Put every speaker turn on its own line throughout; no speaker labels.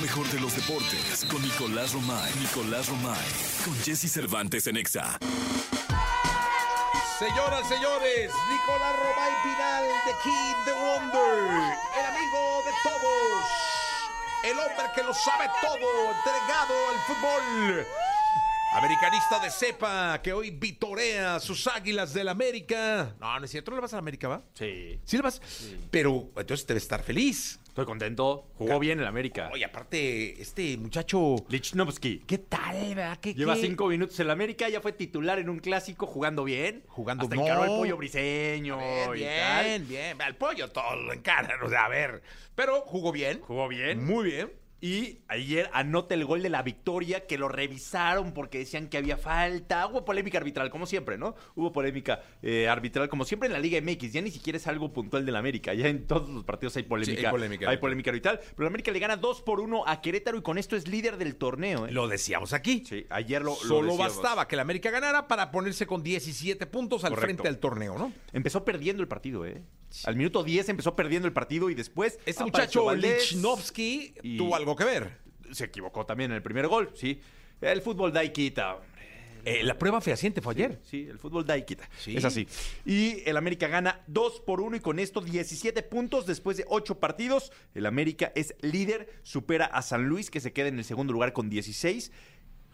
mejor de los deportes con Nicolás Romay. Nicolás Romay. Con Jesse Cervantes en Exa.
Señoras, señores, Nicolás Romay Pinal de Kid the Wonder, el amigo de todos, el hombre que lo sabe todo, entregado al fútbol. Americanista de cepa que hoy vitorea sus águilas del América. No, no es cierto, ¿no le vas a la América, ¿va?
Sí,
Sí le vas, pero entonces debe estar feliz.
estoy contento. Jugó bien el América.
Oye, aparte, este muchacho,
Lichnowsky.
¿qué tal, verdad? ¿Qué-
Lleva
qué?
cinco minutos en el América, ya fue titular en un clásico jugando bien.
Jugando
Hasta
no.
encaró el pollo briseño.
Bien,
y tal.
bien, bien. Al pollo todo lo encaran, o sea, a ver. Pero jugó bien.
Jugó bien.
Muy bien.
Y ayer anota el gol de la victoria que lo revisaron porque decían que había falta. Hubo polémica arbitral, como siempre, ¿no? Hubo polémica eh, arbitral, como siempre en la Liga MX. Ya ni siquiera es algo puntual del América. Ya en todos los partidos hay polémica.
Sí, hay polémica.
Hay polémica arbitral. Pero el América le gana 2 por 1 a Querétaro y con esto es líder del torneo. ¿eh?
Lo decíamos aquí.
Sí, ayer lo, lo
Solo
decíamos.
bastaba que la América ganara para ponerse con 17 puntos al
Correcto.
frente del torneo, ¿no?
Empezó perdiendo el partido, ¿eh? Al minuto 10 empezó perdiendo el partido y después.
Este
apareció
muchacho
Ah, Valdés.
Lichnowsky
y-
tuvo algo que ver.
Se equivocó también en el primer gol, sí. El fútbol da y quita, hombre.
Eh, la prueba fehaciente fue ayer.
Sí, el fútbol da y quita.
Sí.
Es así. Y el América gana 2 por 1 y con esto 17 puntos después de 8 partidos. El América es líder, supera a San Luis que se queda en el segundo lugar con 16.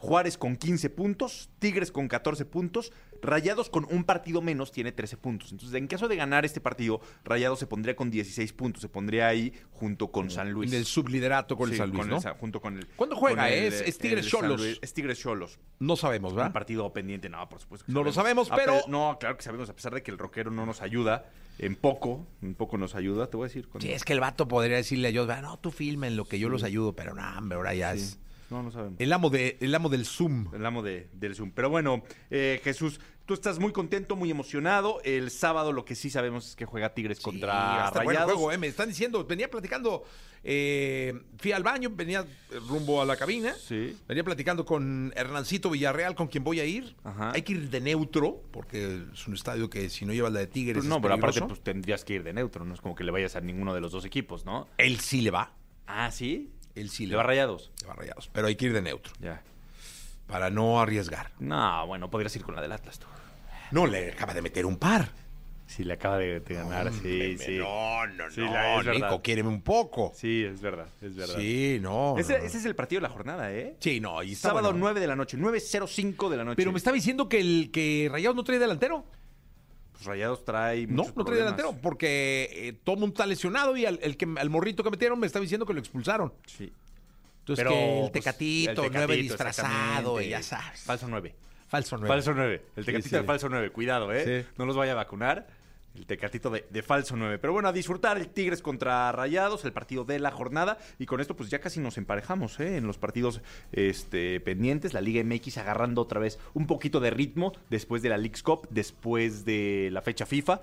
Juárez con 15 puntos, Tigres con 14 puntos, Rayados con un partido menos tiene 13 puntos. Entonces, en caso de ganar este partido, Rayados se pondría con 16 puntos, se pondría ahí junto con San Luis.
En el subliderato con el
Sí,
San Luis,
con
¿no?
el Sa- junto con el.
¿Cuándo juega?
con
Es- es
eh,
Tigres
el San
Xolos.
Luis- Es Tigres Cholos.
No sabemos,
Un
¿verdad?
partido pendiente, no, por supuesto. que
No lo sabemos,
Ah,
pero-
No, claro que sabemos, a pesar de que el rockero no nos ayuda, en poco, en poco nos ayuda, te voy a decir. cuando-
Sí, es que el vato podría decirle a ellos, "Va, no, tú filmen lo que yo los ayudo, pero no, hombre, ahora ya
Sí.
es.
No, no sabemos.
El amo, de, el amo del Zoom.
El amo de, del Zoom. Pero bueno, eh, Jesús, tú estás muy contento, muy emocionado. El sábado lo que sí sabemos es que juega Tigres
Sí,
contra
hasta buen
Rayados.
juego, ¿eh? Me están diciendo, venía platicando, eh, fui al baño, venía eh, rumbo a la cabina,
Sí.
venía platicando con Hernancito Villarreal, con quien voy a ir.
Ajá.
Hay que ir de neutro, porque es un estadio que si no llevas la de Tigres
Pero no,
es
pero aparte
peligroso.
pues, tendrías que ir de neutro, no es como que le vayas a ninguno de los dos equipos, ¿no?
Él sí le va,
Ah, ¿sí?
él sí
¿Le va Rayados?
Le va a Rayados, pero hay que ir de neutro,
Ya.
para no arriesgar.
No, bueno, podrías ir con la del Atlas tú.
No, le acaba de meter un par.
Sí, le acaba de, de ganar, sí,
Hombre,
sí.
No, no,
Sí,
no,
la- es verdad.
Nico, quiéreme un poco.
Sí, es verdad, es verdad.
Sí, no.
Ese,
no, no.
ese es el partido de la jornada, ¿eh?
Sí, no, y está
Sábado
bueno.
9 de la noche, 9.05 de la noche.
Pero me estaba diciendo que el que Rayados no trae delantero.
Pues Rayados trae
No,
muchos
no trae
problemas.
delantero, porque eh, todo mundo está lesionado y al, el que, al morrito que metieron me está diciendo que lo expulsaron.
Sí.
Entonces,
Pero,
que el
pues,
tecatito,
el
nueve
Tecatito,
disfrazado, y ya
exactamente.
sabes.
Falso 9.
Falso nueve.
Falso 9. El Tecatito
Sí, sí.
de Falso 9, cuidado, ¿eh?
Sí.
No los vaya a vacunar. El Tecatito de, de Falso 9. Pero bueno, a disfrutar el Tigres contra Rayados, el partido de la jornada. Y con esto pues ya casi nos emparejamos, ¿eh? En los partidos este, pendientes. La Liga MX agarrando otra vez un poquito de ritmo después de la League's Cup, después de la fecha FIFA.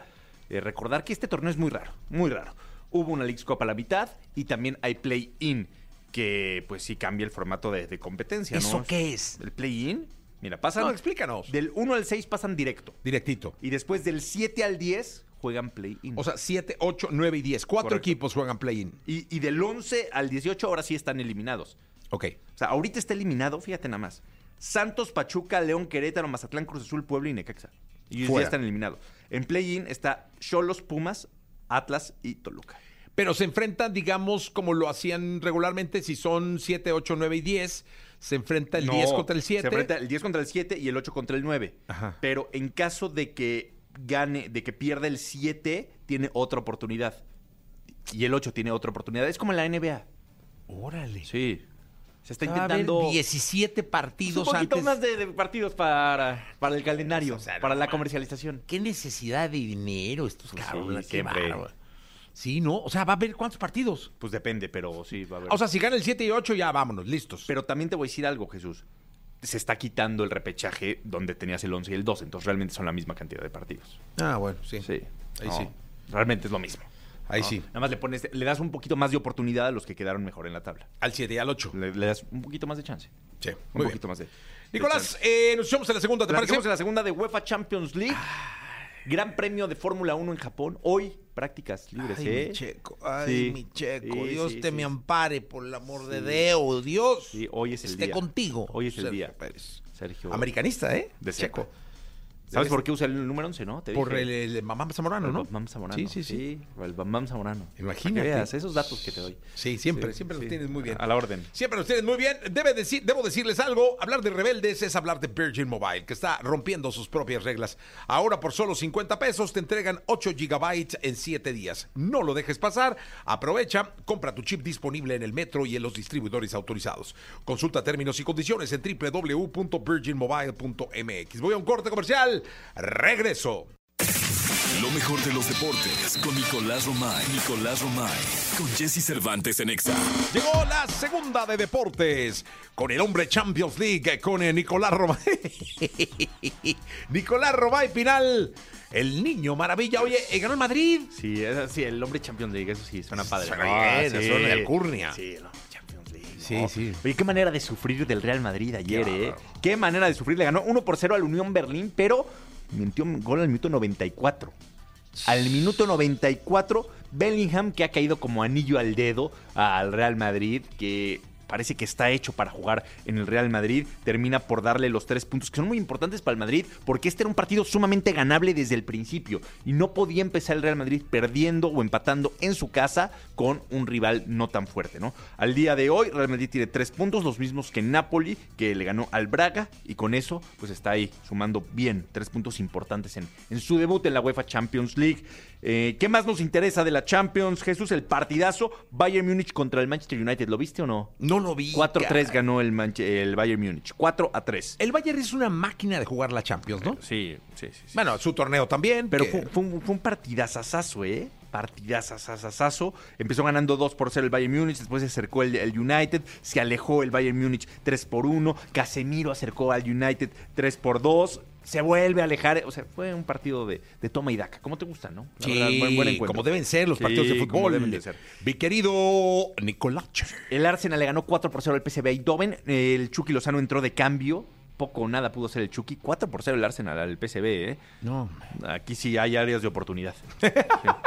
Eh, recordar que este torneo es muy raro, muy raro. Hubo una League's Cup a la mitad y también hay play-in, que pues sí cambia el formato de, de competencia, ¿no?
¿Eso qué es?
El play-in. Mira, pasan.
No, explícanos.
Del 1 al 6 pasan directo.
Directito.
Y después del 7 al 10 juegan play-in.
O sea, 7, 8, 9 y 10. Cuatro
Correcto.
equipos juegan play-in.
y, y del 11 al 18 ahora sí están eliminados.
Ok.
O sea, ahorita está eliminado, fíjate nada más. Santos, Pachuca, León, Querétaro, Mazatlán, Cruz Azul, Puebla y Necaxa. Y
Fuera.
ya están eliminados. En play-in está Cholos, Pumas, Atlas y Toluca.
Pero se enfrentan, digamos, como lo hacían regularmente, si son 7, 8, 9 y 10, se enfrenta el
No,
10 contra el
Se enfrenta
7.
el 10 contra el 7 y el 8 contra el 9.
Ajá.
Pero en caso de que gane, de que pierda el 7, tiene otra oportunidad. Y el 8 tiene otra oportunidad. Es como en la NBA.
Órale.
Sí. Se está
Va a haber
intentando.
17
un
partidos
poquito
antes.
más de, de partidos para, para el calendario,
O sea, no
para la
mames.
comercialización.
Qué necesidad de dinero estos
Pues sí,
cabrones. qué
siempre.
bárbaro. Sí, ¿no? O sea, va a haber cuántos partidos.
Pues depende, pero sí va a haber.
O sea, si gana el 7 y 8, ya vámonos, listos.
pero también te voy a decir algo, Jesús. Se está quitando el repechaje donde tenías el 11 y el 12. Entonces realmente son la misma cantidad de partidos.
ah, bueno, sí.
Sí.
Ahí
No,
sí.
Realmente es lo mismo.
Ahí
¿no?
sí.
Nada más le pones, le das un poquito más de oportunidad a los que quedaron mejor en la tabla.
Al 7 y al 8.
Le, le das un poquito más de chance.
Sí,
Un
muy
poquito
bien.
más de. de
Nicolás,
chance.
eh, nos echamos en la segunda, ¿te
Platicamos
parece?
en la segunda de UEFA Champions League. Gran premio de Fórmula 1 en Japón. Hoy prácticas libres,
Ay,
¿eh?
mi checo, ay,
Sí,
mi checo.
sí,
Dios
sí,
te
sí,
me
sí.
ampare, por el amor de
Sí.
Dios. Dios
Sí, hoy es el
esté
día.
contigo.
Hoy es el
Sergio
día.
Pérez.
Sergio.
Americanista, ¿eh?
De Checo. ¿Sabes por qué usa el número 11, no? Te
Por
dije.
el, el Mamá Zamorano,
El
¿no?
Bambam Zamorano.
Sí, sí, sí.
el Bambam Zamorano.
Imagínate.
Para que veas esos datos que te doy.
Sí, siempre,
Sí,
siempre
sí.
los tienes muy bien.
A la orden.
Siempre los tienes muy bien. Debe decir, debo decirles algo. Hablar de rebeldes es hablar de Virgin Mobile, que está rompiendo sus propias reglas. Ahora por solo 50 pesos te entregan 8 gigabytes en 7 días. No lo dejes pasar. Aprovecha, compra tu chip disponible en el metro y en los distribuidores autorizados. Consulta términos y condiciones en www.virginmobile.mx. Voy a un corte comercial. Regreso.
Lo mejor de los deportes con Nicolás Romay. Nicolás Romay. Con Jesse Cervantes en Exa.
Llegó la segunda de deportes con el hombre Champions League, con eh, Nicolás Romay. Nicolás Romay Pinal, el niño maravilla. Oye, eh, ganó el Madrid.
Sí, es- sí, el hombre Champions League, eso sí, suena padre.
Suena
Ah,
bien,
sí.
suena de alcurnia.
Sí, el hombre Champions League.
Sí,
¿no?
sí.
Oye, qué manera de sufrir del Real Madrid ayer,
Qué
¿eh?
bárbaro.
Qué manera de sufrir. Le ganó 1 por 0 al Unión Berlín, pero metió un gol al minuto 94. Al minuto 94, Bellingham, que ha caído como anillo al dedo al Real Madrid, que parece que está hecho para jugar en el Real Madrid, termina por darle los tres puntos, que son muy importantes para el Madrid, porque este era un partido sumamente ganable desde el principio, y no podía empezar el Real Madrid perdiendo o empatando en su casa con un rival no tan fuerte, ¿no? Al día de hoy, Real Madrid tiene tres puntos, los mismos que Napoli, que le ganó al Braga, y con eso, pues está ahí, sumando bien, tres puntos importantes en, en su debut en la UEFA Champions League. Eh, ¿Qué más nos interesa de la Champions, Jesús? El partidazo, Bayern Múnich contra el Manchester United, ¿lo viste o no?
No lo vi.
4-3
caray.
ganó el, Manche- el Bayern Múnich, 4-3.
El Bayern es una máquina de jugar la Champions, ¿no?
Sí, sí, sí. sí.
Bueno, su torneo también,
Pero
que-
fue, fue un, fue un partidazazazo, ¿eh? Partidazazazazo. Empezó ganando 2 por 0 el Bayern Múnich, después se acercó el, el United, se alejó el Bayern Múnich 3 por 1, Casemiro acercó al United 3 por 2, se vuelve a alejar. O sea, fue un partido de, de toma y daca. ¿Cómo te gusta, no? La verdad,
Sí,
buen- buen encuentro.
como deben ser los
Sí,
partidos de
como
fútbol.
deben de ser.
Mi querido Nicolás.
El Arsenal le ganó 4 por 0 al PSV Eindhoven. El Chucky Lozano entró de cambio. Poco o nada pudo hacer el Chucky. 4 por 0 el Arsenal al PSV, ¿eh?
No.
Aquí sí hay áreas de oportunidad. Sí,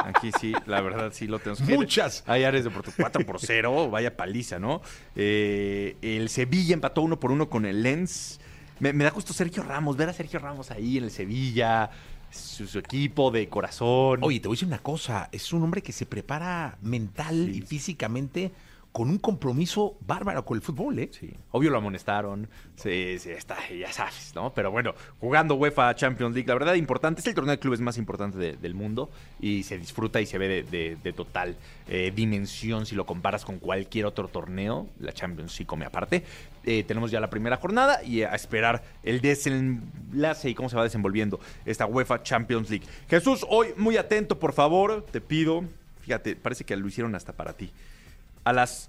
aquí sí, la verdad sí lo tenemos. que-
Muchas.
Hay áreas de oportunidad. 4 por 0, vaya paliza, ¿no? Eh, el Sevilla empató 1 por 1 con el Lens. Me, me da gusto Sergio Ramos, ver a Sergio Ramos ahí en el Sevilla, su, su equipo de corazón.
Oye, te voy a decir una cosa. Es un hombre que se prepara mental y físicamente con un compromiso bárbaro con el fútbol, ¿eh?
Sí, obvio lo amonestaron. Sí, sí, está, ya sabes, ¿no? Pero bueno, jugando UEFA Champions League, la verdad importante, es el torneo de clubes más importante de- del mundo y se disfruta y se ve de, de- de total eh, dimensión si lo comparas con cualquier otro torneo. La Champions sí come aparte. Eh, tenemos ya la primera jornada y a esperar el desenlace y cómo se va desenvolviendo esta UEFA Champions League. Jesús, hoy muy atento, por favor, te pido. Fíjate, parece que lo hicieron hasta para ti a las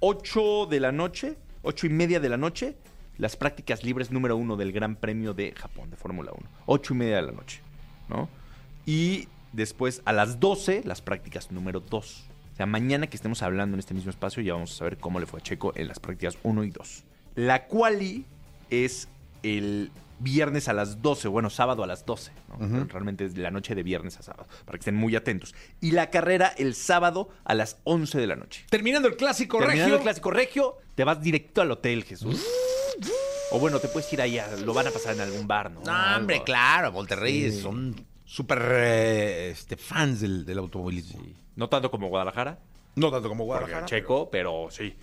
8 de la noche, 8 y media de la noche, las prácticas libres número uno del Gran Premio de Japón de Fórmula 1. 8 y media de la noche, ¿no? Y después a las 12, las prácticas número 2. O sea, mañana que estemos hablando en este mismo espacio ya vamos a saber cómo le fue a Checo en las prácticas 1 y 2. La quali es el viernes a las 12, bueno, sábado a las 12. ¿no? Realmente es la noche de viernes a sábado, para que estén muy atentos. Y la carrera el sábado a las 11 de la noche.
Terminando el clásico
Terminando
regio.
el clásico regio, te vas directo al hotel, Jesús. O bueno, te puedes ir ahí, a- lo van a pasar en algún bar, ¿no?
Ah, No, hombre,
Algo.
claro, Monterrey
Sí.
son súper eh, este, fans del, del automovilismo.
Sí. No tanto como Guadalajara,
No tanto como
porque Checo, pero sí.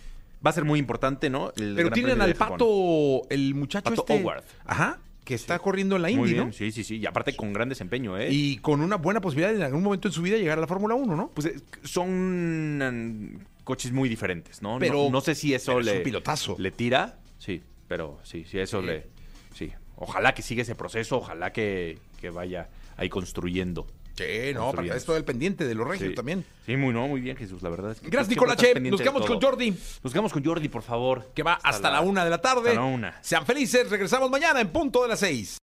Va a ser muy importante, ¿no? El
Pero
Gran
tienen
Premio de
al
Japón.
pato, el muchacho
Pato
este.
Howard.
Ajá, que está corriendo en la
Muy
Indy,
bien,
¿no?
sí, sí, sí. Y aparte con gran desempeño, ¿eh?
Y con una buena posibilidad de en algún momento en su vida llegar a la Fórmula 1, ¿no?
pues eh, son mm, coches muy diferentes, ¿no?
Pero-
no, no sé si eso
pero es
le
un pilotazo.
le tira, sí, pero sí, sí eso
Sí.
le sí. Ojalá que siga ese proceso, ojalá que, que vaya ahí construyendo.
Sí,
no, para que estés todo
el pendiente de los regios
Sí. Sí, muy no, muy bien, Jesús, la verdad es que pues,
Gracias,
siempre
Nicolás
estás
Che.
pendiente
Nos
de
quedamos
todo.
con Jordi.
Nos quedamos con Jordi, por favor.
que va hasta, la, una de la tarde.
hasta la una.
Sean felices, regresamos mañana en punto de las seis.